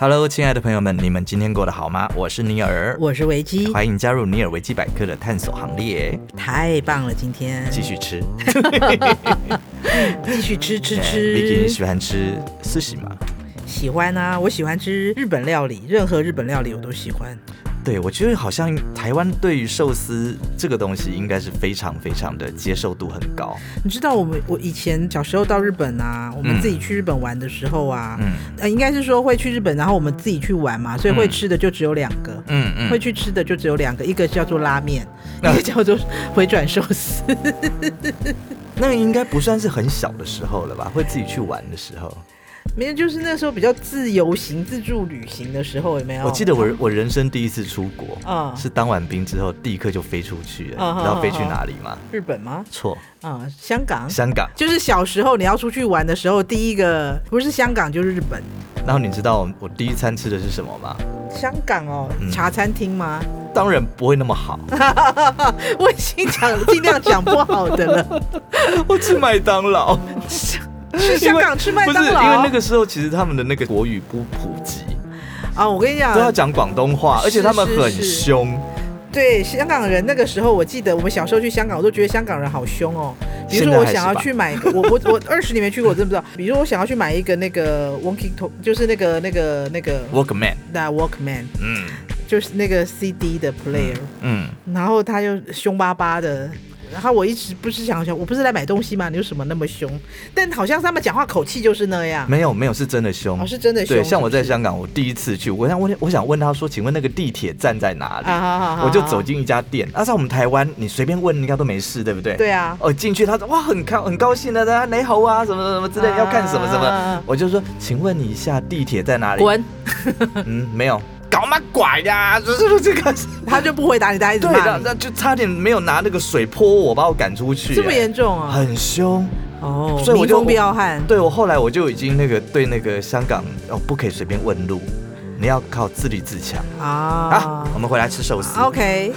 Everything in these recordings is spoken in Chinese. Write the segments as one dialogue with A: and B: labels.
A: Hello，亲爱的朋友们，你们今天过得好吗？我是尼尔，
B: 我是维基，
A: 欢迎加入尼尔维基百科的探索行列，
B: 太棒了！今天
A: 继续吃。
B: 继续吃吃
A: Vicky，你
B: 吃，
A: 喜欢吃寿喜吗？
B: 喜欢啊！我喜欢吃日本料理，任何日本料理我都喜欢。
A: 对，我觉得好像台湾对于寿司这个东西应该是非常非常的接受度很高。
B: 你知道我们我以前小时候到日本啊，我们
A: 嗯
B: 自己去日本玩的时候啊，
A: 嗯
B: 呃，应该是说会去日本，然后我们自己去玩嘛，所以会
A: 嗯
B: 吃的就只有两个。
A: 嗯
B: 会
A: 嗯，
B: 去吃的就只有两个，一个叫做拉面，一个叫做回转寿司。
A: 那个应该不算是很小的时候了吧？会自己去玩的时候，
B: 没有，就是那时候比较自由行、自助旅行的时候，有没有？
A: 我记得我我人生第一次出国，
B: 嗯
A: 是当完兵之后立刻就飞出去了，
B: 嗯
A: 你知道飞去哪里吗？
B: 日本吗？
A: 错，
B: 啊、香港。
A: 香港。
B: 就是小时候你要出去玩的时候，第一个不是香港就是日本。
A: 然后你知道我第一餐吃的是什么吗？
B: 香港哦，
A: 嗯
B: 茶餐厅吗？
A: 当然不会那么好，嗯
B: 我已经讲尽量讲不好 的了。
A: 我吃麦当劳。
B: 去香港吃麦
A: 不是
B: 当
A: 因为
B: 劳，
A: 那个时候其实他们的那个国语不普及，
B: 啊，我跟你
A: 都要
B: 讲，
A: 讲广东话，
B: 是
A: 而且他们很
B: 是是
A: 凶。
B: 对香港人那个时候，我记得我们小时候去香港，我都觉得香港人好凶哦。比如说我想要去买一个，我我我二十年没去过，我真不知道。比如说我想要去买一个那个 Walking To，就是那个那个那个
A: Workman，
B: 那 Walkman，
A: 嗯
B: 就是那个 CD 的 player。
A: 嗯，
B: 然后他就凶巴巴的，然后我一直不是想想，我不是来买东西吗？你为什么那么凶？但好像他们讲话口气就是那样，
A: 没有没有是真的凶，
B: 哦，是真的凶。
A: 对，像我在
B: 是不是
A: 香港，我第一次去，我想问我想问他说，请问那个地铁站在哪里？
B: 啊，好好好
A: 我就走。进一家店，那、在我们台湾，你随便问应该都没事，对不对？
B: 好。对啊，
A: 哦，进去他说哇，很高很高兴的，大家雷猴啊，什么什么之类，
B: 啊
A: 要看什么什
B: 啊
A: 么
B: 啊，
A: 我就说，请问你一下地铁在哪里？
B: 滚！
A: 嗯，没有，搞嘛拐呀、这这这个，
B: 他就不回答你，他一直
A: 对
B: 骂
A: 的，
B: 你，
A: 那就差点没有拿那个水泼我，把我赶出去、
B: 这么严重
A: 哎
B: 啊？
A: 很凶。
B: 哦，
A: 所以我就
B: 民风彪悍。
A: 对我后来我就已经那个对那个香港哦，不可以随便问路，你要靠自立自强。
B: 啊
A: 啊，我们回来吃寿司。
B: ，OK。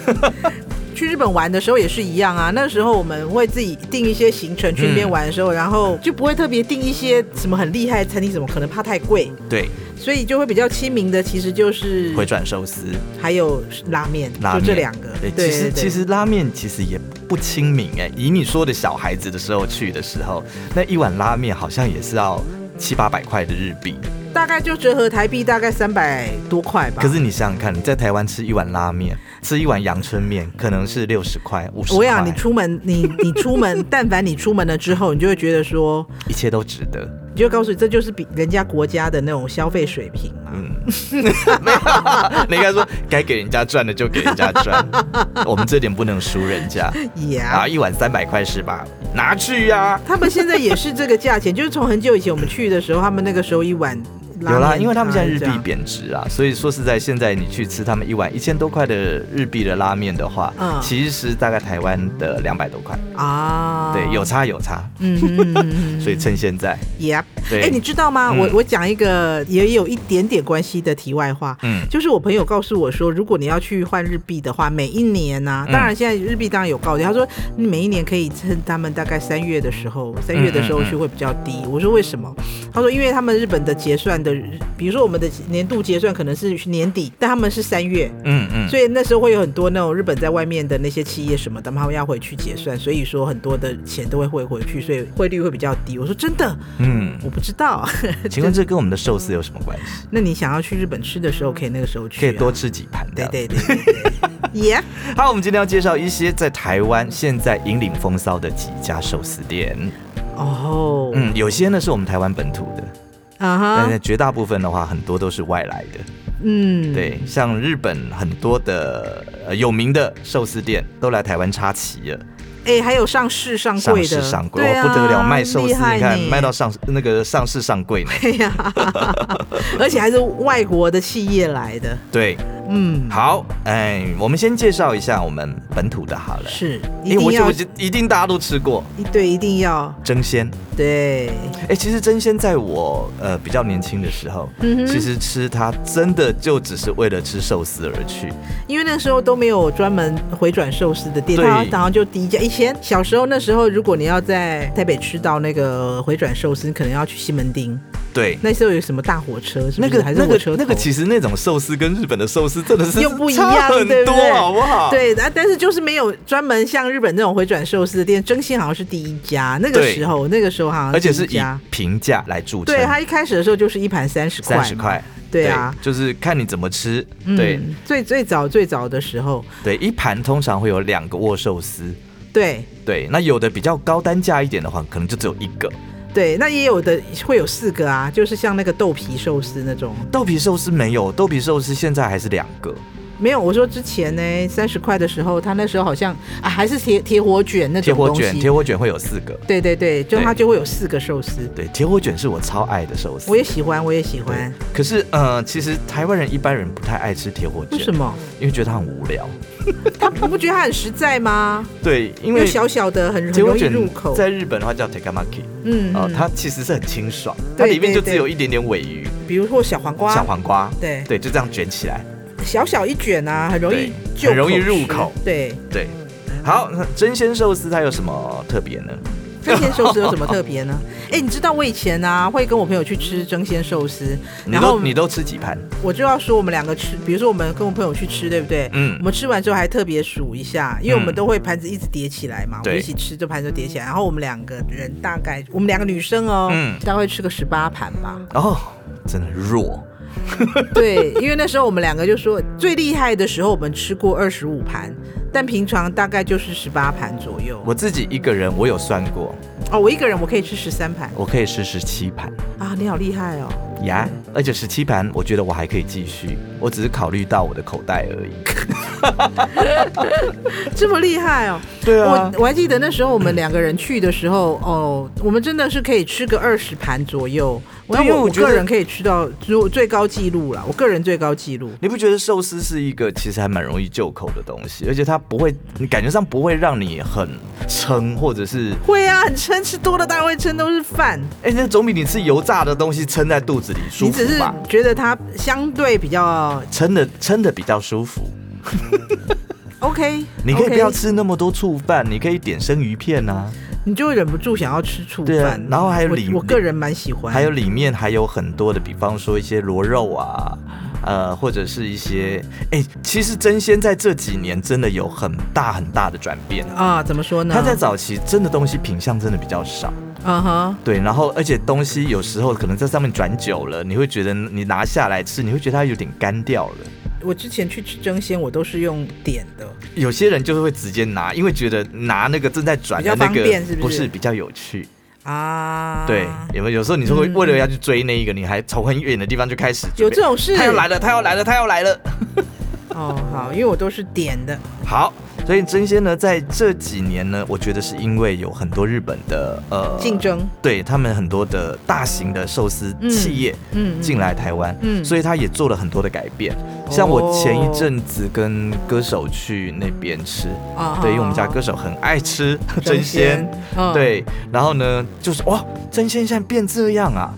B: 去日本玩的时候也是一样啊，那时候我们会自己定一些行程去那边
A: 嗯
B: 玩的时候，然后就不会特别定一些什么很厉害的餐厅，什么可能怕太贵，
A: 对，
B: 所以就会比较亲民的，其实就是
A: 回转寿司，
B: 还有拉面，
A: 拉面
B: 就这两个。
A: 对，
B: 对
A: 其实
B: 对对
A: 其实拉面其实也不亲民哎。以你说的小孩子的时候去的时候，那一碗拉面好像也是要七八百块的日币。
B: 大概就折合台币大概三百多块吧。
A: 可是你想想看，你在台湾吃一碗拉面，吃一碗阳春面可能是六十块、五十
B: 我
A: 块，
B: 想你出门，你你出门， 但凡你出门了之后，你就会觉得说，
A: 一切都值得。
B: 你就告诉你，这就是比人家国家的那种消费水平嘛。
A: 嗯， 你应该说该给人家赚的就给人家赚， 我们这点不能输人家
B: 呀、
A: 啊！一碗三百块是吧？拿去呀、
B: 他们现在也是这个价钱， 就是从很久以前我们去的时候，他们那个时候一碗拉面
A: 有啦，因为他们现在日
B: 啊这
A: 币
B: 样
A: 贬值啊，所以说实在，现在你去吃他们一碗一千多块的日币的拉面的话，
B: 嗯
A: 其实大概台湾的两百多块，
B: 啊，
A: 对，有差有差，
B: 嗯嗯嗯 嗯
A: 所以趁现在，
B: ，Yep。
A: 对，
B: 哎，你知道吗？
A: 嗯
B: 我我讲一个也有一点点关系的题外话，
A: 嗯
B: 就是我朋友告诉我说，如果你要去换日币的话，每一年呢、
A: 嗯
B: 当然现在日币当然有高点，他说你每一年可以趁他们大概三月的时候，三月的时候去会比较低。我说为什么？他说因为他们日本的结算的，比如说我们的年度结算可能是年底，但他们是三月。
A: 嗯嗯，
B: 所以那时候会有很多那种日本在外面的那些企业什么的，他们要回去结算，所以说很多的钱都会汇回去，所以汇率会比较低。我说真的，
A: 嗯，
B: 我不知道。
A: 请问这跟我们的寿司有什么关系？
B: 那你想要去日本吃的时候，可以那个时候去、
A: 可
B: 啊，
A: 以多吃几盘这
B: 对
A: 样。
B: 对对对 对 ，Yeah，
A: 好，我们今天要介绍一些在台湾现在引领风骚的几家寿司店。
B: 哦，
A: 嗯，有些呢是我们台湾本土的，
B: 啊
A: 但
B: 哈
A: 是，绝大部分的话，很多都是外来的。
B: 嗯，，
A: 对，像日本很多的、呃、有名的寿司店都来台湾插旗了，
B: 哎，还有上市上
A: 上
B: 柜
A: 市
B: 的，
A: 上柜，
B: 对啊
A: 哦、不得了，卖寿司，
B: 厉害
A: 你看
B: 呢
A: 卖到上那个上市上柜呢。
B: 对呀、而且还是外国的企业来的，
A: 对，
B: 嗯，
A: 好，哎，我们先介绍一下我们本土的好了，
B: 是一
A: 哎因为我
B: 定
A: 就
B: 要
A: 我就一定大家都吃过
B: 对，一定要
A: 蒸鲜。
B: 对，
A: 哎、其实蒸鲜在我呃比较年轻的时候，
B: 嗯哼
A: 其实吃它真的就只是为了吃寿司而去。
B: 因为那时候都没有专门回转寿司的店，
A: 对
B: 它好像就低价。以前小时候那时候，如果你要在台北吃到那个回转寿司，你可能要去西门町，
A: 对。
B: 那时候有什么大火车？是不是
A: 那个
B: 还是
A: 那
B: 火
A: 个
B: 车头
A: 那个其实那种寿司跟日本的寿司真的是
B: 又不一样
A: 差很
B: 对不对
A: 多，好不好？
B: 对，啊，但是就是没有专门像日本那种回转寿司的店，真心好像是第一家。那个
A: 对
B: 时候，那个时候好像
A: 而且
B: 第
A: 是
B: 一
A: 以
B: 家。
A: 平价来著称，
B: 对他一开始的时候就是一盘三十块，
A: 三十，块，
B: 对啊，
A: 就是看你怎么吃，
B: 嗯
A: 对，
B: 最最早最早的时候，
A: 对，一盘通常会有两个握寿司，
B: 对
A: 对，那有的比较高单价一点的话，可能就只有一个
B: 对，那也有的会有四个啊，就是像那个豆皮寿司那种，
A: 豆皮寿司没有，豆皮寿司现在还是两个
B: 没有。我说之前呢，三十块的时候，他那时候好像啊还是铁铁火卷那
A: 铁
B: 种
A: 火
B: 东西，
A: 卷，铁火卷会有四个，
B: 对对对，就
A: 对
B: 他就会有四个寿司，
A: 对，铁火卷是我超爱的寿司
B: 我，也喜欢，我也喜欢。
A: 可是呃，其实台湾人一般人不太爱吃铁火卷，
B: 为什？么？
A: 因为觉得它很无聊，
B: 他不不觉得他很实在吗？
A: 对，因
B: 因
A: 为
B: 为小小的很
A: 铁
B: 很
A: 火
B: 容易
A: 卷
B: 入口，
A: 在日本的话叫 tekamaki，
B: 嗯
A: 啊、
B: 嗯
A: 它其实是很清爽，它
B: 对
A: 里面就
B: 对
A: 只
B: 对
A: 有一点点尾鱼、
B: 比如说小黄瓜，
A: 小黄瓜，
B: 对
A: 对，就这样卷起来。
B: 小小一卷啊，很容易
A: 对
B: 就
A: 很容易
B: 吃
A: 入口
B: 对，
A: 对，好，那真鲜寿司它有什么特别呢？
B: 蒸鲜寿司有什么特别 呢？哎、你知道我以前啊会跟我朋友去吃蒸鲜寿司，
A: 你
B: 然
A: 都
B: 后
A: 你都吃几盘？
B: 我就要说我们两个吃，比如说我们跟我朋友去吃，对不对？
A: 嗯
B: 我们吃完之后还特别数一下，因为我们
A: 嗯
B: 都会盘子一直叠起来嘛，我
A: 对
B: 们一起吃就盘子叠起来。然后我们两个人大概，我们两个女生哦，
A: 嗯
B: 大概会吃个十八盘吧。
A: 哦，真的弱，
B: 对，因为那时候我们两个就说最厉害的时候，我们吃过二十五盘，但平常大概就是十八盘左右。
A: 我自己一个人我有算过，
B: 哦，我一个人我可以吃十三盘
A: 我可以吃十七盘
B: 啊，你好厉害哦！
A: 呀，而且十七盘我觉得我还可以继续，我只是考虑到我的口袋 而已。
B: 这么厉害哦！
A: 对啊
B: 我，我还记得那时候我们两个人去的时候，哦，我们真的是可以吃个二十盘左右。
A: 对
B: 然
A: 因为
B: 后我
A: 我
B: 我
A: 觉得
B: 个人可以吃到最最高纪录啦，我个人最高纪录。
A: 你不觉得寿司是一个其实还蛮容易就口的东西，而且它不会，你感觉上不会让你很撑，或者是
B: 会啊，很撑，吃多了当然会撑，都是饭。
A: 哎、那总比你吃油炸的东西撑在肚子里舒
B: 你只
A: 服
B: 是
A: 吧？
B: 觉得它相对比较
A: 撑的撑的比较舒服。
B: OK，
A: 你可以
B: OK
A: 不要吃那么多醋饭，你可以点生鱼片啊，
B: 你就会忍不住想要吃醋
A: 对啊
B: 饭。
A: 然后还有
B: 我
A: 里
B: 我个人蛮喜欢，
A: 还有里面还有很多的，比方说一些螺肉啊，呃，或者是一些，哎、其实真鲜在这几年真的有很大很大的转变。
B: 啊，怎么说呢？
A: 它在早期真的东西品相真的比较少，
B: 嗯哼，
A: 对，然后而且东西有时候可能在上面转久了，你会觉得你拿下来吃，你会觉得它有点干掉了。
B: 我之前去吃蒸鲜，我都是用点的。
A: 有些人就是会直接拿，因为觉得拿那个正在转的
B: 比
A: 那
B: 较方
A: 个
B: 便是不是
A: 不是比较有趣。
B: 啊，嗯
A: 对，有没有？有时候你说为了要去追那一个，你还从很远的地方就开始准
B: 有
A: 备
B: 这种事
A: 他要来了，他要来了，他要来了。
B: 哦，好，因为我都是点的，
A: 好，所以真仙呢，在这几年呢，我觉得是因为有很多日本的呃
B: 竞，争，
A: 对他们很多的大型的寿司企业
B: 嗯，
A: 进来台湾，
B: 嗯
A: 所以他也做了很多的改变。
B: 哦
A: 像我前一阵子跟歌手去那边吃，
B: 啊嗯
A: 对，因为我们家歌手很爱吃真仙，，
B: 好好好
A: 对，然后呢，就是哇，真仙现在变这样啊，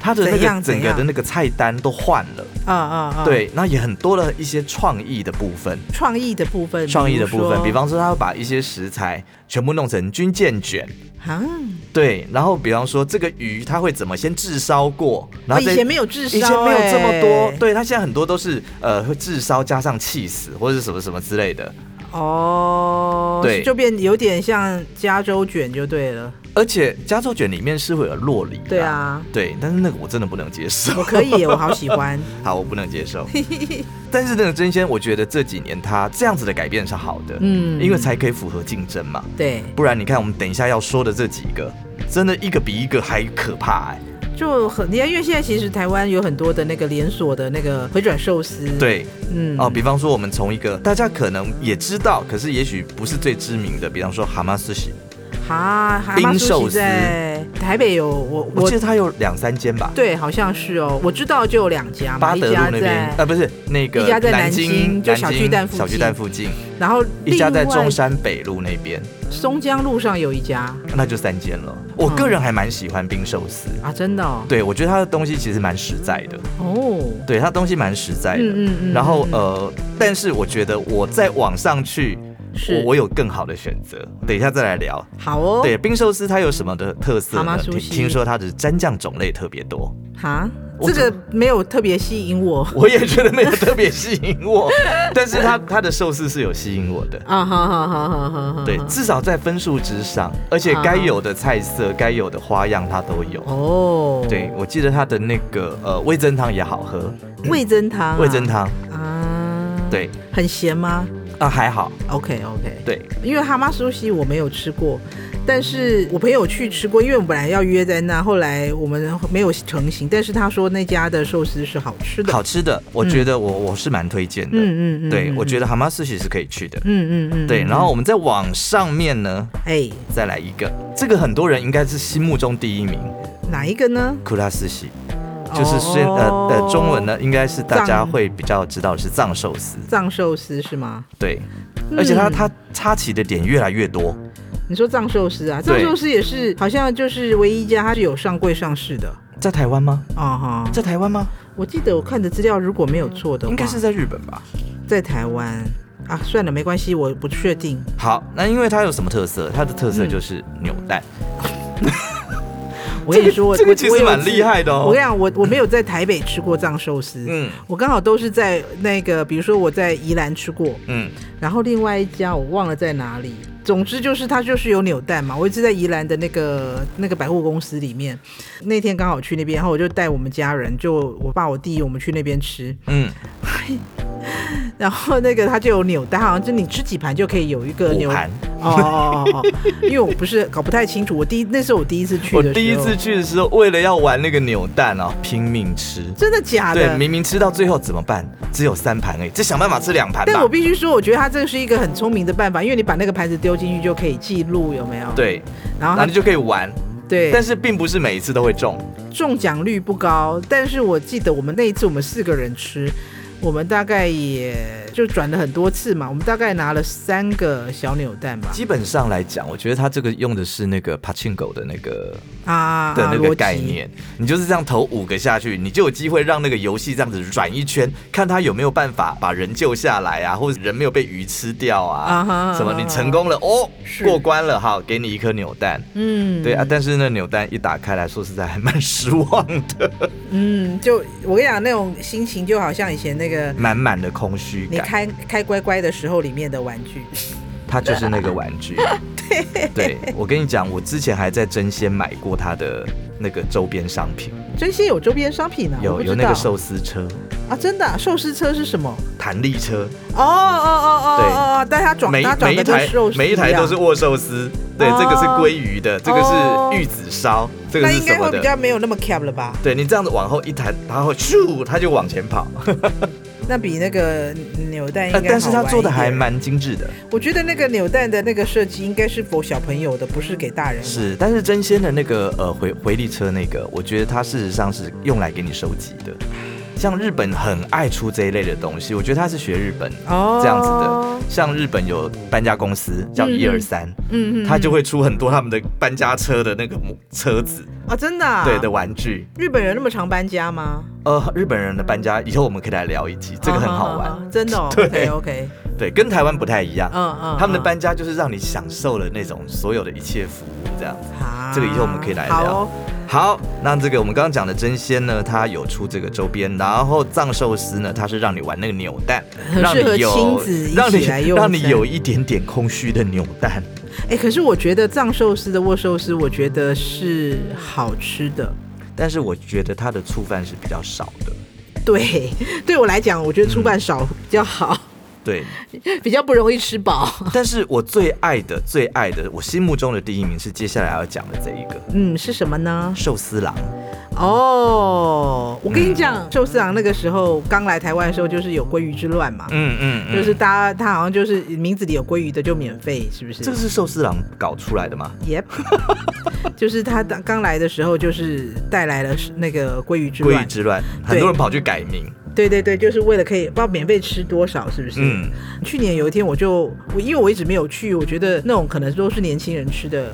A: 他的那
B: 怎
A: 个
B: 样
A: 整个
B: 怎
A: 的
B: 样
A: 那个菜单都换了，
B: 嗯啊啊啊，
A: 对，那也很多了一些创意的部分，
B: 创意的部分，
A: 创意的部分，比
B: 如说
A: 方说他会把一些食材全部弄成军舰卷。
B: 啊，
A: 对，然后比方说这个鱼，它会怎么先炙烧过，然后
B: 我哦以
A: 再
B: 前没有智商，
A: 以前没有这么多，
B: 哎，
A: 对，它现在很多都是呃会炙烧加上气死或者是什么什么之类的，
B: 哦，
A: 对
B: 就变有点像加州卷就对了，
A: 而且加州卷里面是会有洛梨，
B: 对，啊，
A: 对，但是那个我真的不能接受，
B: 我 可以耶，我好喜欢，
A: 好，我不能接 受。但是那个真鲜，我觉得这几年它这样子的改变是好的，
B: 嗯
A: 因为才可以符合竞争嘛，
B: 对，
A: 不然你看我们等一下要说的这几个，真的一个比一个还可怕哎、
B: 嗯就很，你看，因为现在其实台湾有很多的那个连锁的那个回转寿司，，
A: 对，
B: 嗯，
A: 哦，比方说我们从一个大家可能也知道，可是也许不是最知名的，比方说蛤蟆寿喜，
B: 哈，蛤
A: 冰
B: 蟆
A: 寿
B: 寿
A: 司
B: 司在台北有我
A: 我
B: 我
A: 记得它有两三间吧，
B: 对，好像是哦，我知道就有两家嘛，
A: 巴
B: 一
A: 德路
B: 家
A: 那边，
B: 在，
A: 呃，不是那个
B: 一家在
A: 南
B: 南京就小巨蛋附近
A: 小巨蛋附近，
B: 然后
A: 一
B: 另
A: 家在
B: 外
A: 中山北路那边，
B: 松江路上有一家
A: 那就三间了。我
B: 嗯
A: 个人还蛮喜欢冰寿司，
B: 啊，真的哦，
A: 对我觉得它的东西其实蛮实在的，
B: 哦，
A: 对它东西蛮实在的。
B: 嗯嗯嗯
A: 然后
B: 嗯嗯
A: 呃，但是我觉得我再往上去，
B: 是
A: 我我有更好的选择，等一下再来聊。
B: 好哦，
A: 对，冰寿司它有什么的特色
B: 蛤
A: 呢？
B: 蟆
A: 听
B: 酥西
A: 听说它的蘸酱种类特别多，
B: 哈，
A: 我
B: 这个没有特别吸引我
A: 我也觉得没有特别吸引 我，但是它它的寿司是有吸引我的。
B: 啊，好好好好好好，
A: 对，
B: 好
A: 至少在分数之上，而且该有的菜色、该有的花样它都有。
B: 嗯哦，
A: 对，，我记得它的那个呃味噌汤也好喝，
B: 味增汤、
A: 味噌汤
B: 啊，，
A: 对
B: 很咸吗
A: 啊还好，
B: ？OK OK，
A: 对
B: 因为蛤蟆苏西我没有吃过，但是我朋友去吃过，因为我们本来要约在那，后来我们没有成行，但是他说那家的寿司是好吃的，
A: 好吃的，我觉得我、我是蛮推荐的。
B: 嗯，嗯嗯嗯，
A: 对，我觉得
B: 得，
A: 蛤蟆寿喜是可以去的。
B: 嗯嗯嗯，
A: 对，
B: 嗯
A: 然后我们再往上面呢，
B: 哎，
A: 再来一个，这个很多人应该是心目中第一名，
B: 哪一个呢？
A: 库拉斯喜，就是现、
B: 哦
A: 呃呃中文呢应该是大家
B: 藏
A: 会比较知道是藏寿司，
B: 藏寿司是吗？
A: 对，而且它
B: 嗯
A: 它插旗的点越来越多，
B: 你说藏寿司啊，藏
A: 对
B: 寿司也是好像就是唯一一家它是有上柜上市的
A: 在台湾吗？
B: 啊哈。
A: 在台湾吗？
B: 我记得我看的资料如果没有错的话，
A: 应该是在日本吧。
B: 在台湾啊。算了，没关系，我不确定。
A: 好，那因为它有什么特色？它的特
B: 嗯
A: 色就是扭蛋，
B: 我跟你说，我
A: 这个其
B: 我
A: 实
B: 有一
A: 蛮
B: 次
A: 厉害的哦
B: 我跟你讲，我我没有在台北吃过藏寿司，
A: 嗯
B: 我刚好都是在那个，比如说我在宜兰吃过，
A: 嗯，
B: 然后另外一家我忘了在哪里。总之就是它就是有扭蛋嘛，我一直在宜兰的那个那个百货公司里面，那天刚好去那边，然后我就带我们家人，就我爸我弟我们去那边吃，
A: 嗯，
B: 然后那个它就有扭蛋，好像就你吃几盘就可以有一个
A: 五
B: 扭
A: 盘。
B: 哦哦哦哦，因为我不是搞不太清楚，我第一那是我第一次去
A: 我
B: 的时候，
A: 第一次去的时候，为了要玩那个扭蛋啊，拼命吃。
B: 真的假
A: 对，
B: 的？
A: 明明吃到最后怎么办？只有三盘而已，再想办法吃两盘
B: 但
A: 吧
B: 我。必须说，我觉得它这是一个很聪明的办法，因为你把那个盘子丢进去就可以记录有没有？，
A: 对，
B: 然后
A: 然后
B: 它
A: 你就可以玩，
B: 啊对，
A: 但是并不是每一次都会中。
B: 中奖率不高，但是我记得我们那一次我们四个人吃，我们大概也就转了很多次嘛，我们大概拿了三个小扭蛋吧，
A: 基本上来讲，我觉得它这个用的是那个 Pachinko 的那个
B: 啊，
A: 的那
B: 逻
A: 个
B: 辑
A: 概。念，你就是这样投五个下去，你就有机会让那个游戏这样子转一圈，看他有没有办法把人救下来啊，或者人没有被鱼吃掉
B: 啊哈啊
A: 啊，
B: 哈
A: 什么你成功了哦，
B: 是
A: 过关了哈，给你一颗扭蛋。
B: 嗯，
A: 对啊，但是那扭蛋一打开来说实在还蛮失望 的，
B: 嗯，就我跟你讲，那种心情就好像以前那个
A: 满满的空虚
B: 你
A: 感。
B: 开开乖乖的时候里面的玩具，
A: 它就是那个玩 具。对，我跟你讲，我之前还在真鲜买过它的那个周边商品，
B: 真心有周边商品呢、啊，我
A: 有
B: 不知
A: 有那个
B: 道
A: 寿司车、
B: 啊，真的啊寿、司车是什么？
A: 弹力车，
B: 哦哦哦哦哦哦，但它转
A: 每
B: 它转
A: 每
B: 的
A: 一
B: 跟
A: 台
B: 寿司
A: 每一台
B: 样
A: 都是握寿司，对，
B: 哦
A: 这个是鲑鱼的，这个
B: 哦
A: 是玉子烧，这个
B: 那
A: 是
B: 应
A: 什
B: 该
A: 么
B: 会比
A: 的？
B: 较没有那么 cap 了吧？
A: 对你这样子往后一弹，然后咻，它就往前跑。
B: 那比那个扭蛋应该、
A: 呃但是它做的还
B: 蛮……
A: 蛮精致的，
B: 我觉得那个扭蛋的那个设计应该是否小朋友的，不是给大人的。
A: 是。但是真鲜的那个呃回回力车那个，我觉得它事实上是用来给你收集的。像日本很爱出这一类的东西，我觉得它是学日本
B: 哦
A: 这样子的。像日本有搬家公司叫
B: 嗯
A: 一二三，
B: 嗯嗯
A: 它就会出很多他们的搬家车的那个模车子，
B: 啊，真的、啊。
A: 对的。玩具。
B: 日本人那么常搬家吗？
A: 呃，日本人的搬家，以后我们可以来聊一集，这个很好玩。
B: 啊真的、哦。
A: 对
B: OK OK，
A: 对，跟台湾不太一样，
B: 嗯嗯。
A: 他们的
B: 嗯
A: 搬家就是让你享受了那种所有的一切服务，这样子。
B: 啊
A: 这个以后我们可以来聊
B: 好哦、
A: 好，那这个我们刚刚讲的真鲜呢，它有出这个周边，然后藏寿司呢，它是让你玩那个扭蛋，
B: 很
A: 让
B: 适合
A: 你有
B: 亲子一起
A: 让
B: 来
A: 你
B: 用
A: 让你
B: 餐
A: 有一点点空虚的扭蛋。
B: 哎，可是我觉得藏寿司的握寿司，我觉得是好吃的。
A: 但是我觉得它的触犯是比较少的，
B: 对，对我来讲，我觉得粗饭少比较好，
A: 对。
B: 比较不容易吃饱。
A: 但是我最爱的、最爱的，我心目中的第一名是接下来要讲的这一个
B: 嗯，是什么呢？
A: 寿司郎。
B: 哦，我跟你讲，寿司郎那个时候刚来台湾的时候，就是有鲑鱼之乱嘛，
A: 嗯嗯嗯
B: 就是大家他好像就是名字里有鲑鱼的就免费，是不是？
A: 这个是寿司郎搞出来的吗？
B: Yep，就是他当刚来的时候，就是带来了那个鲑鱼之
A: 归于
B: 乱。
A: 之乱，很多人跑去改名。
B: 对对对，就是为了可以不知道免费吃多少，是不是？
A: 嗯，
B: 去年有一天我就我因为我一直没有去，我觉得那种可能都是年轻人吃的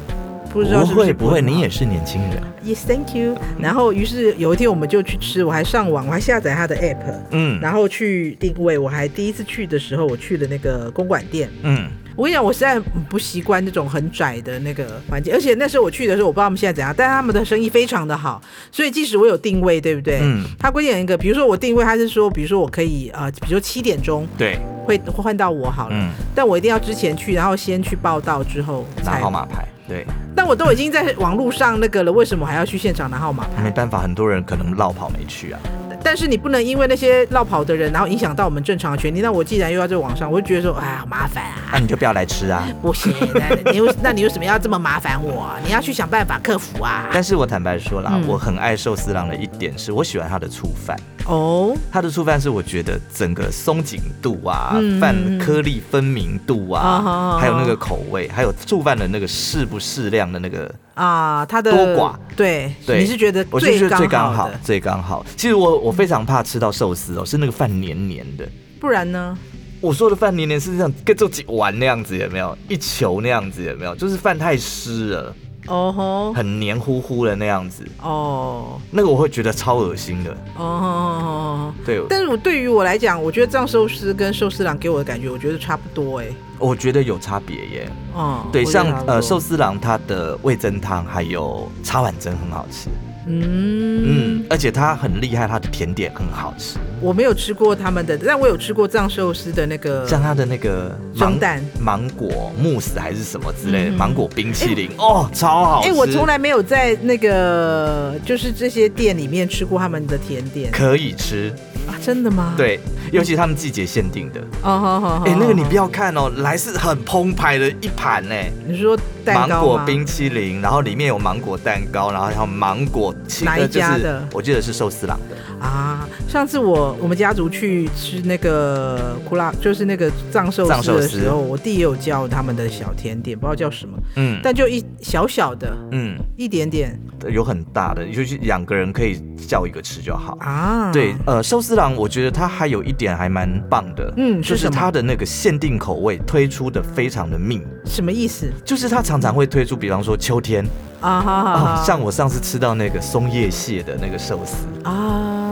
B: 不知道是
A: 不
B: 是
A: 会不会，你也
B: 是。
A: 是年轻人。
B: Yes, thank you。然后于是有一天我们就去吃，我还上网，我还下载他的 app，
A: 嗯
B: 然后去定位。我还第一次去的时候，我去了那个公馆店。
A: 嗯，
B: 我跟你讲，我实在不习惯那种很窄的那个环境，而且那时候我去的时候，我不知道他们现在怎样，但是他们的生意非常的好，所以即使我有定位，对不对？
A: 嗯
B: 他规定一个，比如说我定位，他是说，比如说我可以呃，比如说七点钟
A: 对，
B: 会换到我好了，
A: 嗯，
B: 但我一定要之前去，然后先去报到之后
A: 拿
B: 才
A: 号。码牌，对，
B: 但我都已经在网络上那个了，为什么还要去现场拿号码牌？
A: 没办法，很多人可能落跑没去啊。
B: 但是你不能因为那些绕跑的人，然后影响到我们正常的权利。那我既然又要在网上，我就觉得说，哎呀，好麻烦啊。
A: 那你就不要来吃 啊。
B: 不行，那你为那你为什么要这么麻烦我？你要去想办法克服啊！
A: 但是我坦白说啦，
B: 嗯
A: 我很爱寿司郎的一点是我喜欢它的醋饭，
B: 哦，
A: 它的醋饭是我觉得整个松紧度啊
B: 嗯，
A: 饭、
B: 嗯嗯
A: 颗粒分明度啊，
B: 啊哈啊哈
A: 还有那个口味，还有醋饭的那个适不适量的那个，
B: 啊，他的
A: 多寡
B: 对，
A: 对
B: 你是觉得
A: 我就觉得最刚
B: 刚
A: 好
B: 的，，
A: 最刚好。其实我我非常怕吃到寿司哦，是那个饭黏黏的。
B: 不然呢？
A: 我说的饭黏黏是这样，跟做几碗那样子有没有？一球那样子有没有？就是饭太湿了，
B: 哦吼，
A: 很黏糊糊的那样子，
B: 哦
A: 那个我会觉得超恶心的。
B: 哦哦。
A: 对，
B: 但是我对于我来讲，我觉得藏寿司跟寿司郎给我的感觉，我觉得差不多哎、
A: 我觉得有差别耶。
B: 哦、
A: 对，像呃寿
B: 司，
A: 司郎它的味增汤还有茶碗蒸很好吃，
B: 嗯
A: 嗯，而且它很厉害，它的甜点很好吃，
B: 我没有吃过他们的，但我有吃过藏寿司的那个
A: 像它的那个
B: 呃蒸
A: 芒
B: 蛋。
A: 芒果慕斯还是什么之类的、
B: 嗯
A: 芒果冰淇淋，哦，超好
B: 哎、
A: 吃。
B: 我从来没有在那个就是这些店里面吃过他们的甜点
A: 可以吃，
B: 啊，真的吗？，
A: 对，尤其他们季节限定的。
B: 哦，好好好，
A: 哎、那个你
B: 好
A: 不要看哦，来是很澎湃的一盘呢，
B: 你是说蛋
A: 芒
B: 糕
A: 果
B: 吗
A: 冰淇淋，然后里面有芒果蛋糕，然后还有芒果青，
B: 哪一
A: 呃就是
B: 家的
A: 我记得是寿司郎的，
B: 啊。上次我我们家族去吃那个库拉，就是那个藏寿
A: 藏
B: 司
A: 寿
B: 的
A: 司
B: 时候，我弟也有叫他们的小甜点，不知道叫什么，
A: 嗯
B: 但就一小小的
A: 嗯，
B: 一点点
A: 有很大的，就是两个人可以叫一个吃就好。
B: 啊。
A: 对，呃，寿司郎我觉得它还有一点还蛮棒的，
B: 嗯
A: 就是是
B: 什么
A: 它的那个限定口味推出的非常的密，
B: 什么意思
A: 就是它常常会推出，比方说秋天
B: 啊？哈哈
A: 啊、
B: 哈
A: 像我上次吃到那个松叶蟹的那个寿司，
B: 啊，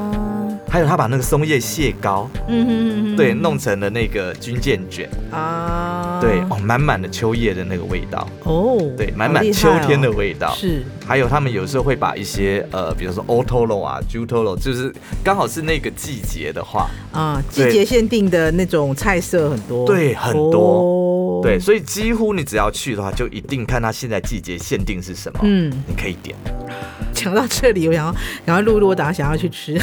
A: 还有他把那个松叶蟹膏
B: 嗯哼嗯哼
A: 对，弄成了那个军舰卷，
B: 啊，
A: 对，哦，满满的秋叶的那个味道，
B: 哦，
A: 对，
B: 好
A: 满满
B: 厉害
A: 秋
B: 哦
A: 天的味道。
B: 是
A: 还有他们有时候会把一些呃，比如说 otolo 啊、jutolo，就是刚好是那个季节的话，
B: 啊，季
A: 对
B: 节限定的那种菜色很多，
A: 对很多
B: 哦
A: 对，，所以几乎你只要去的话，就一定看它现在季节限定是什么，
B: 嗯，
A: 你可以点，
B: 讲到这里，我想要，然后露露，我等下想要 去吃，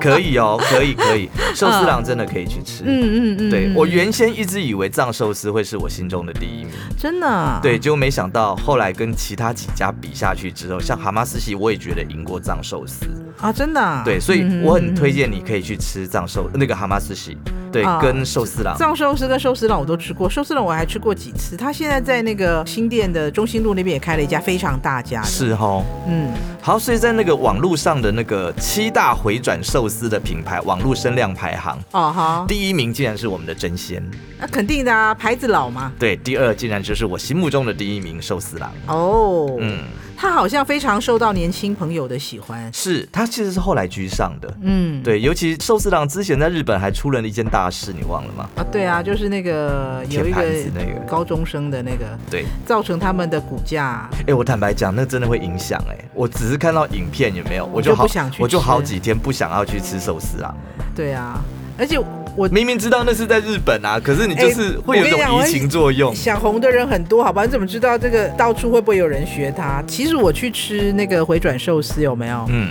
A: 可以哦，可以可以，寿司郎真的可以去吃。
B: 嗯嗯嗯，
A: 对
B: 嗯
A: 我原先一直以为藏寿司会是我心中的第一名，
B: 真的啊
A: 对，结果没想到后来跟其他几家比下去之后，像蛤蟆斯喜我也觉得赢过藏寿司，
B: 啊，真的啊，
A: 对，所以
B: 嗯
A: 我很推。
B: 嗯嗯
A: 荐你可以去吃藏寿呃那个蛤蟆斯喜，对
B: 啊，
A: 跟寿司郎，
B: 藏寿司跟寿司郎我都吃过，寿司郎我还吃过几次。他现在在那个新店的中心路那边也开了一家非常大家的，
A: 是哦。
B: 嗯，
A: 好，所以在那个网络上的那个七大回转寿司的品牌网络声量排行，
B: 哦好，
A: 第一名竟然是我们的真鲜，
B: 那肯定的啊，牌子老嘛。
A: 对，第二竟然就是我心目中的第一名寿司郎。
B: 哦，
A: 嗯，
B: 他好像非常受到年轻朋友的喜欢，
A: 是，它其实是后来居上的。
B: 嗯，
A: 对，尤其寿司郎之前在日本还出了一件大事，你忘了吗？
B: 啊，对啊，就是那个有
A: 铁
B: 一
A: 盘子
B: 个
A: 那个。
B: 高中生的那个，
A: 对，
B: 造成他们的股价
A: 哎、我坦白讲，那真的会影响哎、我只是看到影片有没有，我
B: 就
A: 好
B: 不想去
A: 我就好
B: 吃
A: 几天不想要去吃寿司郎。
B: 对啊，而且我
A: 明明知道那是在日本啊，可是你
B: 哎
A: 就是会有一
B: 我跟你讲
A: 种
B: 我
A: 移
B: 很
A: 情作用。
B: 想红的人很多，好吧？你怎么知道这个到处会不会有人学他？其实我去吃那个回转寿司有没有？
A: 嗯，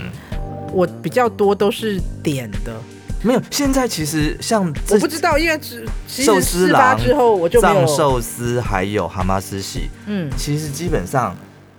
B: 我比较多都是点的，
A: 没有。现在其实像
B: 我
A: 这
B: 不知道，因为只其实
A: 寿司
B: 事发
A: 郎
B: 之后我就没
A: 藏
B: 有，
A: 寿司还有蛤蟆斯喜，
B: 嗯，
A: 其实基本上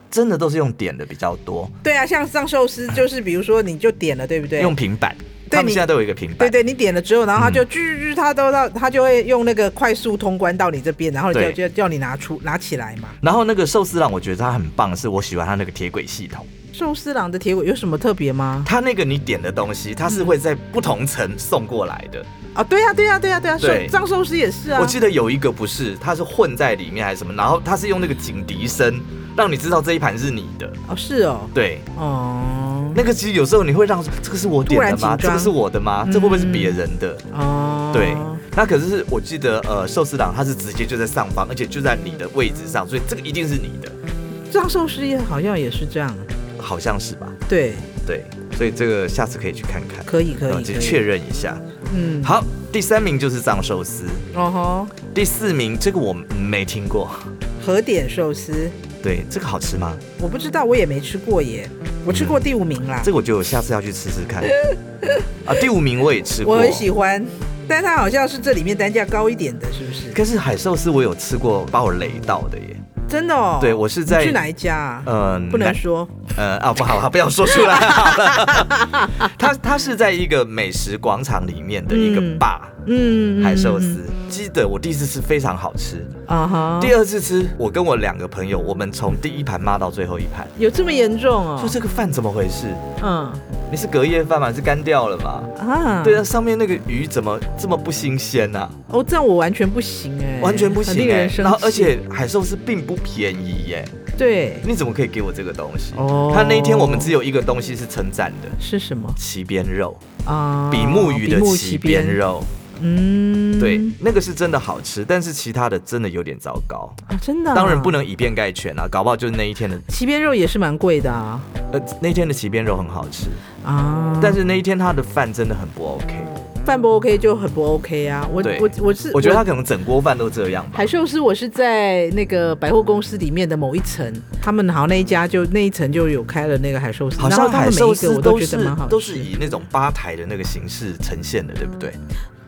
A: 真的都是用点的比较多，
B: 对啊，像藏寿司就是比如说你就点了，对不对？
A: 用平板。
B: 对
A: 他们
B: 你
A: 现在都有一个平
B: 对
A: 板。
B: 对，你点了之后，然后他就
A: 嗯
B: 吱吱，他都到，他就会用那个快速通关到你这边，然后就
A: 对
B: 就叫你拿出拿起来嘛。
A: 然后那个寿司郎，我觉得它很棒，是我喜欢它那个铁轨系统。
B: 寿司郎的铁轨有什么特别吗？
A: 它那个你点的东西，它是会在不同层送过来的，
B: 啊，对呀、对呀、对呀、对呀、
A: 对
B: 寿藏寿司也是啊。
A: 我记得有一个不是，它是混在里面还是什么，然后它是用那个警笛声让你知道这一盘是你的。
B: 哦，是哦，
A: 对，
B: 哦，
A: 那个其实有时候你会让这个是我点的
B: 突然
A: 吗？
B: 紧张嗯
A: 这个是我的吗？这会不会是别人的？
B: 哦，
A: 对，那可是我记得呃，寿司郎它是直接就在上方，而且就在你的位置上，所以这个一定是你的，
B: 藏寿司也好像也是这样，
A: 好像是吧？
B: 对，
A: 对，所以这个下次可以去看看，
B: 可以可
A: 呃
B: 以，
A: 去
B: 可以
A: 确，认一下。
B: 嗯，，
A: 好，第三名就是藏寿司，
B: 哦
A: 第四名这个我没听过，
B: 吼，和点寿司，
A: 对，这个好吃吗？
B: 我不知道，我也没吃过耶，我吃过第五名啦，
A: 嗯这个我觉得我下次要去吃吃看。啊，第五名我也吃过，
B: 我很喜欢，但它好像是这里面单价高一点的，是不是？
A: 可是海寿司我有吃过，把我雷到的耶。
B: 真的哦，
A: 对我是在
B: 你去哪一家啊？
A: 嗯，
B: 不
A: 那
B: 能说，
A: 呃啊，不 好，好不要说出来。 它它是在一个美食广场里面的一个
B: 嗯
A: bar、
B: 嗯，
A: 海寿司，记得我第一次吃非常好吃，
B: 啊哈，
A: 第二次吃我跟我两个朋友，我们从第一盘骂到最后一盘，
B: 有这么严重
A: 说
B: 哦？
A: 这个饭怎么回事？
B: 嗯
A: 你是隔夜饭吗？是干掉了吗？
B: 啊，
A: 对啊，上面那个鱼怎么这么不新鲜呢、
B: 哦，这样我完全不行哎，
A: 完全不行
B: 很令
A: 哎、
B: 人生气。
A: 然后而且海寿司并不便宜耶、
B: 对，
A: 你怎么可以给我这个东西？
B: 哦
A: 他那一天我们只有一个东西是称赞的，
B: 是什么
A: 鳍边肉，
B: 啊？
A: 比目鱼的鳍边，肉，
B: 嗯，
A: 对，那个是真的好吃，但是其他的真的有点糟糕。
B: 啊，真的啊，
A: 当然不能以偏概全啊，搞不好就是那一天的，
B: 鳍边肉也是蛮贵的啊
A: 呃，那天的鳍边肉很好吃，
B: 啊，
A: 但是那一天他的饭真的很不 OK，
B: 饭不 OK 就很不 OK 啊。我
A: 对
B: 我我是
A: 我觉得他可能整锅饭都这样吧。
B: 海寿司我是在那个百货公司里面的某一层，他们好像那一家就那一层就有开了那个海寿司，
A: 好
B: 然后
A: 像
B: 他
A: 海
B: 们每
A: 寿
B: 一个
A: 司
B: 我都
A: 都
B: 觉
A: 是
B: 得蛮好吃，
A: 都是以那种吧台的那个形式呈现的，对不对？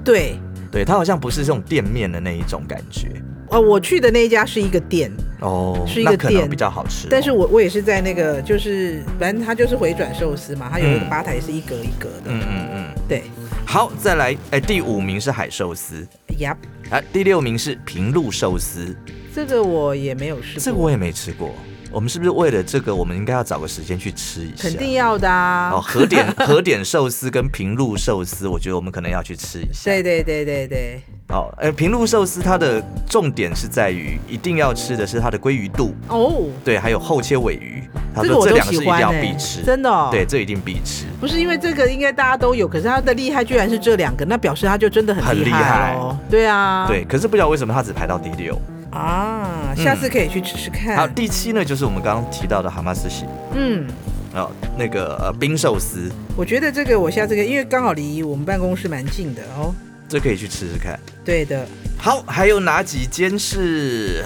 B: 对。
A: 对，它好像不是这种店面的那一种感觉
B: 呃，我去的那一家是一个店，
A: 哦，
B: 是一个
A: 那可
B: 店
A: 能比较好吃哦、
B: 但是我我也是在那个，就是反正它就是回转寿司嘛，它有一个
A: 嗯
B: 吧台是一格一格的，
A: 嗯嗯
B: 对
A: 嗯，好，再来，哎，第五名是海寿司，
B: 呀，
A: 啊，第六名是平路寿司，
B: 这个我也没有试过，
A: 这个我也没吃过。我们是不是为了这个，我们应该要找个时间去吃一下？
B: 肯定要的啊。
A: 哦，和点和点寿司跟平路寿司，我觉得我们可能要去吃一下。
B: 对对对对对，
A: 哦，呃，平路寿司它的重点是在于一定要吃的是它的鲑鱼肚，
B: 哦，
A: 对，还有厚切尾鱼。他
B: 这个
A: 说
B: 我
A: 这
B: 都
A: 两个是
B: 喜
A: 一定
B: 欢
A: 要
B: 哎、
A: 必吃，
B: 真的、哦。
A: 对，，这一定必吃。
B: 不是因为这个应该大家都有，可是它的厉害居然是这两个，那表示它就真的
A: 很
B: 很
A: 厉
B: 害哦。对啊，
A: 对，可是不知道为什么它只排到第六。
B: 啊，下次可以去吃吃
A: 好，
B: 看。
A: 第七呢，就是我们刚刚提到的蛤蟆寿喜，
B: 嗯，
A: 哦，那个呃冰寿司，
B: 我觉得这个我下次可以，因为刚好离我们办公室蛮近的哦。
A: 这可以去吃吃看。
B: 对的，
A: 好，还有哪几间是？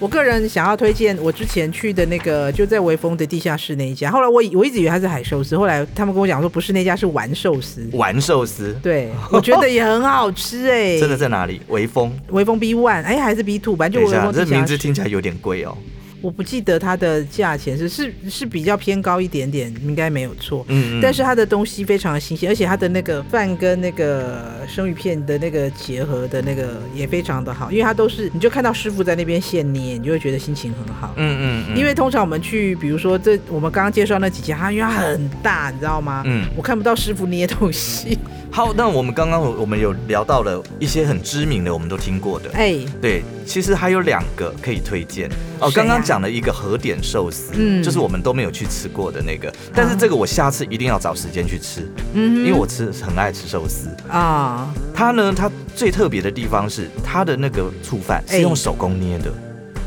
B: 我个人想要推荐我之前去的那个，就在微风的地下室那一家。后来我以我一直以为它是海寿司，后来他们跟我讲说不是那家是丸寿司。
A: 丸寿司，
B: 对， 我觉得也很好吃哎、
A: 真的在哪里？微风。
B: 微风 B One，哎，还是 B Two，反正
A: 等一
B: 就微
A: 下，
B: 风
A: 这
B: 地
A: 名
B: 下
A: 字
B: 室。
A: 听起来有点贵哦。
B: 我不记得它的价钱是是是比较偏高一点点，应该没有错。
A: 嗯嗯。
B: 但是它的东西非常的新鲜，而且它的那个饭跟那个生鱼片的那个结合的那个也非常的好，因为它都是你就看到师傅在那边现捏，你就会觉得心情很好。
A: 嗯，嗯嗯，
B: 因为通常我们去，比如说这我们刚刚介绍那几家，它因为它很大，你知道吗？
A: 嗯
B: 我看不到师傅捏东西。
A: 好，那我们刚刚我们有聊到了一些很知名的，我们都听过的。
B: 哎，
A: 对，其实还有两个可以推荐哦。
B: 谁啊
A: 刚刚讲了一个和点寿司，
B: 嗯
A: 就是我们都没有去吃过的那个，但是这个我下次一定要找时间去吃，
B: 嗯哼，
A: 因为我吃很爱吃寿司。
B: 啊，
A: 它呢，它最特别的地方是它的那个醋饭是
B: 哎
A: 用手工捏的，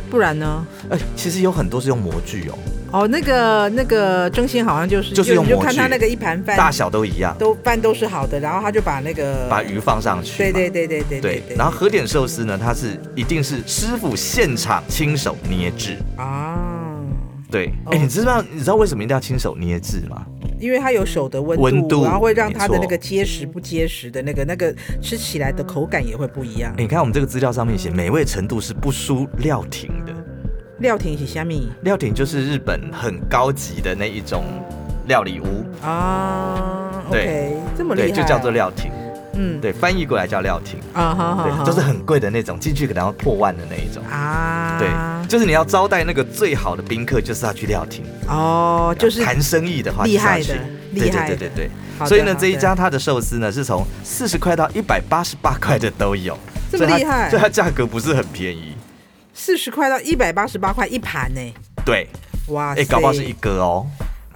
B: 不然呢？
A: 哎、其实有很多是用模具哦，
B: 哦，那个那个争鲜好像就是
A: 就是用
B: 你就
A: 模
B: 看
A: 具
B: 他那个一盘饭
A: 大小都一样，
B: 都饭都是好的，然后他就把那个
A: 把鱼放上去
B: 对
A: 嘛。
B: 对对对对
A: 对
B: 对，
A: 然后和点寿司呢，它是一定是师傅现场亲手捏制。
B: 啊，
A: 对，
B: 哦
A: 哎、你知道你知道为什么一定要亲手捏制吗？
B: 因为它有手的温
A: 温度
B: 然后会让它的
A: 没错
B: 那个结实不结实的那个那个吃起来的口感也会不一样
A: 哎。你看我们这个资料上面写，美味程度是不输料亭的。
B: 料亭喜虾米
A: 料亭就是日本很高级的那一种料理屋，
B: 啊，OK，这么厉害
A: 对，
B: 啊，
A: 就叫做料亭，
B: 嗯
A: 对，翻译过来叫料亭，
B: 啊，好好好，
A: 对，就是很贵的那种，进去可能要破万的那一种。
B: 啊，
A: 对，就是你要招待那个最好的宾客，就是要去料亭。
B: 哦，就是
A: 谈生意的话，
B: 厉害
A: 就是
B: 的
A: 要去，对
B: 厉
A: 对
B: 害
A: 对对对。
B: 好的
A: 所以呢，
B: 好的
A: 这一家它的寿司呢是从四十块到一百八十八块的都有，
B: 这
A: 所
B: 么
A: 以它
B: 厉害
A: 所以它价格不是很便宜。
B: 四十块到一百八十八块一盘呢、
A: 对，
B: 哇
A: 哎、
B: 塞！
A: 搞不好是一个哦。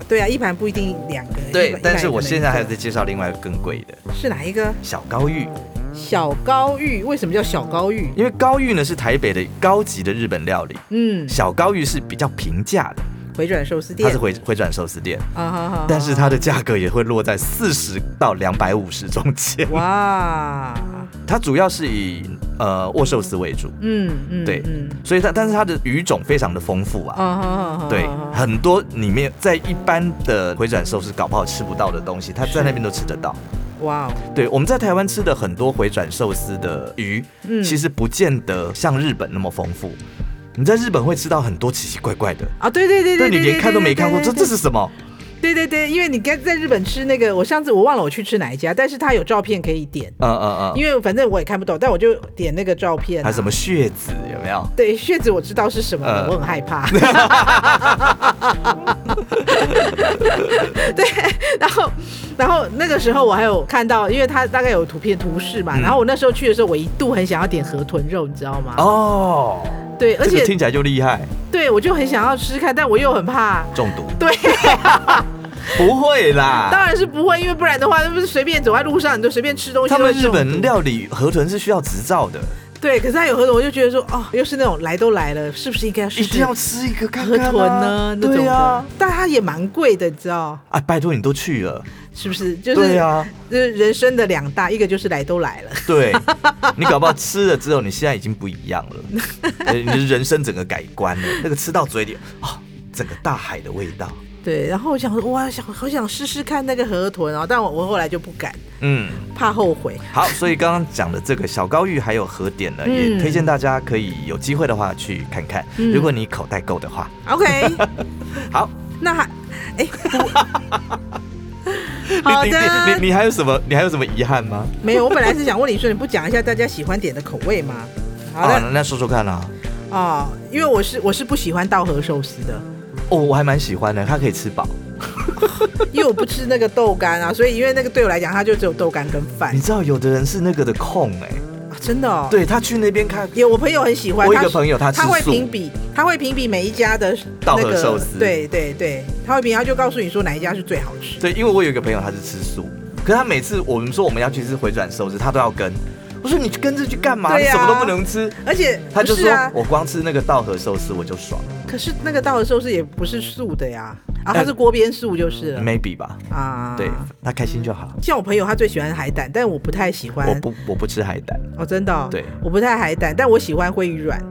B: 对啊，一盘不一定两个。一
A: 对
B: 盘，
A: 但是我
B: 一盘可能
A: 现在还
B: 一
A: 在介绍另外一个更贵的
B: 个是哪一个？
A: 小高玉，
B: 小高玉为什么叫小高玉？
A: 因为高玉呢是台北的高级的日本料理，
B: 嗯，
A: 小高玉是比较平价的，
B: 回转寿司店。
A: 它是回回转寿司店，
B: 啊哈哈，
A: 但是它的价格也会落在四十到两百五十中间。
B: 哇，
A: 它主要是以呃握寿司为主，
B: 嗯嗯，
A: 对
B: 嗯，
A: 所以它但是它的鱼种非常的丰富啊。
B: 啊哈哈，
A: 对，
B: 哈
A: 很多里面在一般的回转寿司搞不好吃不到的东西，它在那边都吃得到。
B: 哇哦，
A: 对，我们在台湾吃的很多回转寿司的鱼，
B: 嗯
A: 其实不见得像日本那么丰富。你在日本会吃到很多奇奇怪怪的，
B: 啊，对对对
A: 但
B: 对，
A: 你
B: 对
A: 连看都没看过，这这。
B: 对对对
A: 是
B: 对
A: 什么？
B: 对对对，因为你刚在日本吃那个，我上次我忘了我去吃哪一家，但是他有照片可以点，
A: 嗯嗯嗯，
B: 因为反正我也看不懂，但我就点那个照片、啊
A: 还有什么？血子有没有？
B: 对，血子我知道是什么了，
A: 呃
B: 我很 害怕。对，然后，然后那个时候我还有看到，因为他大概有图片图示嘛，
A: 嗯
B: 然后我那时候去的时候，我一度很想要点河豚肉，你知道吗？
A: 哦，
B: 对，而
A: 这
B: 且
A: 个听起来就厉害，
B: 对我就很想要试试看，但我又很怕。
A: 中毒？
B: 对，
A: 不会啦，
B: 当然是不会，因为不然的话，那不是随便走在路上，你就随便吃东西
A: 他
B: 都会
A: 们
B: 中毒。
A: 日本料理河豚是需要执照的，
B: 对，可是他有河豚，我就觉得说，哦，又是那种来都来了，是不是应该要试
A: 一
B: 试
A: 定要吃一个看
B: 河
A: 看啊
B: 豚呢？那种
A: 对啊
B: 的，
A: 呀，
B: 但它也蛮贵的，你知道
A: 啊，拜托你都去了，
B: 是不是？就是
A: 对啊呀，
B: 就是人生的两大，一个就是来都来了，
A: 对你搞不好吃了之后，你现在已经不一样了， 呃你的人生整个改观了。那个吃到嘴里啊、整个大海的味道，
B: 对。然后我想说，哇，想好想试试看那个河豚哦，但我我后来就不敢，
A: 嗯，
B: 怕后悔。
A: 好。所以刚刚讲的这个小高玉还有和点呢，也
B: 嗯
A: 推荐大家可以有机会的话去看看，
B: 嗯
A: 如果你口袋够的话。
B: OK，
A: 好，
B: 那还， 哎、
A: 你
B: 好
A: 你
B: 的
A: 你你你还有什么你还有什么遗憾吗？
B: 没有，我本来是想问你说，你不讲一下大家喜欢点的口 味吗？好
A: 啊
B: 的，
A: 那说说看啊。
B: 哦，因为我是我是不喜欢稻荷寿司的，
A: 哦，我还蛮喜欢的，它可以吃饱。
B: 因为我不吃那个豆干啊，所以因为那个对我来讲，它就只有豆干跟饭
A: 你、知道有的人是那个的控哎、
B: 啊真的哦。，
A: 对他去那边看
B: 有我朋友很喜欢，
A: 我有一
B: 他
A: 个朋友他吃
B: 他会
A: 素
B: 评比，他会评比每一家的
A: 稻
B: 那
A: 荷
B: 个
A: 寿司
B: 对对对，他会评，他就告诉你说哪一家是最好吃。
A: 对，因为我有一个朋友他是吃素，可是他每次我们说我们要去吃回转寿司，他都要跟。我说你跟着去干嘛？
B: 对
A: 你
B: 呀
A: 什么都不能吃。
B: 而且
A: 他就
B: 不
A: 说、
B: 是啊，
A: 我光吃那个稻荷寿司我就爽
B: 可是那个稻荷寿司也不是素的呀，啊，它是锅边素就是了、
A: ，maybe 吧。
B: 啊。
A: 对他开心就好。
B: 像我朋友他最喜欢海胆，但我不太喜欢。
A: 我不我不吃海胆，
B: 哦，真的、哦，
A: 对，
B: 我不太海胆，但我喜欢鲑鱼卵，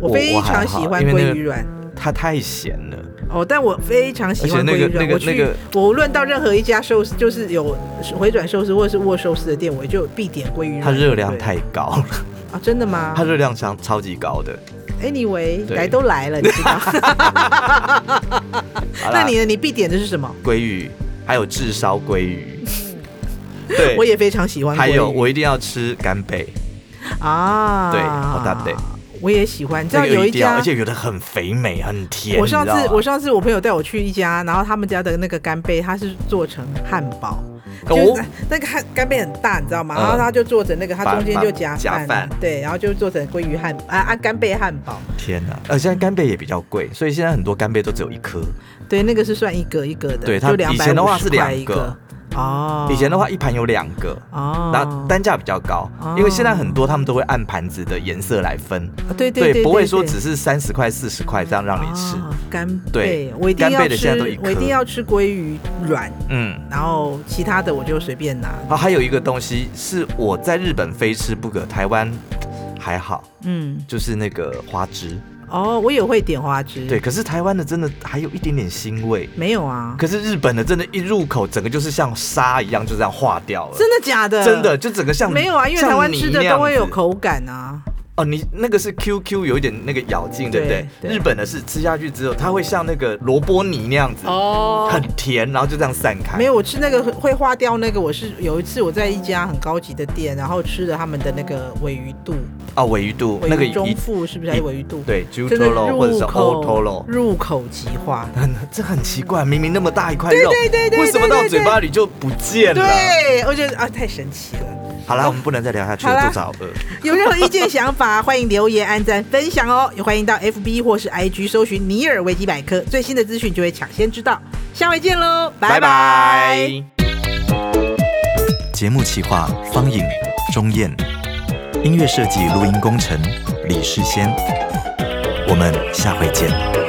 B: 我
A: 我
B: 非
A: 我还
B: 常
A: 好
B: 喜欢
A: 因为那
B: 鲑
A: 个
B: 鱼卵。
A: 它太咸了。
B: 哦，但我非常喜欢
A: 而且那
B: 鲑
A: 个
B: 鱼卵。
A: 那个
B: 我去，
A: 那个
B: 我无论到任何一家寿司，就是有回转寿司或者是握寿司的店，我就必点鲑鱼卵。
A: 它热量
B: 对
A: 太高 了，
B: 啊，真的吗
A: 它热量超超级高的。
B: ？Anyway，
A: 对
B: 来都来了，你 知道？
A: 好啦
B: 那你呢？你必点的是什么？
A: 鲑鱼还有炙烧鲑鱼， 对，
B: 我也非常喜欢鲑鱼。
A: 还有我一定要吃干贝，
B: 啊，
A: 对好搭配。
B: 我也喜欢，你知
A: 这
B: 道
A: 个
B: 有
A: 一
B: 一
A: 定要，
B: 家
A: 而，且有的很肥美很甜。
B: 我上
A: 你知道
B: 次
A: 吗
B: 我上次我朋友带我去一家，然后他们家的那个干贝，它是做成汉堡。就是那那个汉干贝很大，你知道吗？
A: 哦嗯
B: 然后它就做成那个，它
A: 把
B: 中间就夹
A: 把夹饭
B: 饭，对，然后就做成鲑鱼汉啊啊干贝汉堡，
A: 天呐！呃，现在干贝也比较贵，所以现在很多干贝都只有一颗。
B: 对，那个是算一个一个的，
A: 对它
B: 就两
A: 以
B: 百
A: 前的话
B: 五
A: 是
B: 十
A: 两
B: 块一
A: 个
B: 个，哦，
A: 以前的话，一盘有两个，
B: 哦，
A: 然后单价比较高，因为现在很多他们都会按盘子的颜色来分，
B: 啊对对对，
A: 不会说
B: 对
A: 只是三十块、四十块这样让你吃。
B: 哦干
A: 对
B: 贝，我一定
A: 干贝
B: 要
A: 的现在都一
B: 吃，
A: 颗
B: 我一定要吃鲑鱼软，
A: 嗯，
B: 然后其他的我就随便拿，
A: 啊，还有一个东西是我在日本非吃不可，台湾还好，
B: 嗯，
A: 就是那个花枝。
B: 哦，我也会点花枝，
A: 对，，可是台湾的真的还有一点点腥味。
B: 没有啊，
A: 可是日本的真的，一入口整个就是像沙一样，就这样化掉了。
B: 真的假的？
A: 真的，就整个像
B: 没有啊，因为
A: 像
B: 台湾
A: 泥
B: 吃的
A: 那样
B: 都会有
A: 子
B: 口感啊。
A: 哦，你那个是 QQ 有一点那个咬劲，对不对？
B: 对对
A: 日本的是吃下去之后，它会像那个萝卜泥那样子，
C: 哦，
A: 很甜，然后就这样散开。
B: 没有，我吃那个会化掉那个，我是有一次我在一家很高级的店，然后吃了他们的那个尾鱼肚，
A: 啊，尾鱼肚那个
B: 尾鱼中
A: 一
B: 腹是不是还是尾鱼肚？，
A: 对 j u t
B: 真
A: o
B: 的
A: r o 或者
B: 入
A: 是 o t o r
B: 口
A: o
B: 入口即化。
A: 很这很奇怪，明明那么大一块肉，对
B: 对对对
A: 为什么
B: 对
A: 到
B: 对
A: 嘴巴里就不见了？
B: 对，我觉得啊太神奇了。
A: 好啦，我们不能再聊下去了，
B: 好啦
A: 肚子好饿。
B: 有任何意 见想法，欢迎留言、按赞、分享哦。也欢迎到 FB 或是 IG 搜寻“尼尔维基百科”，最新的资讯就会抢先知道。下回见喽，拜拜。。
A: 节目企划：方颖、钟燕，音乐设计、录音工程：李世先。我们下回见。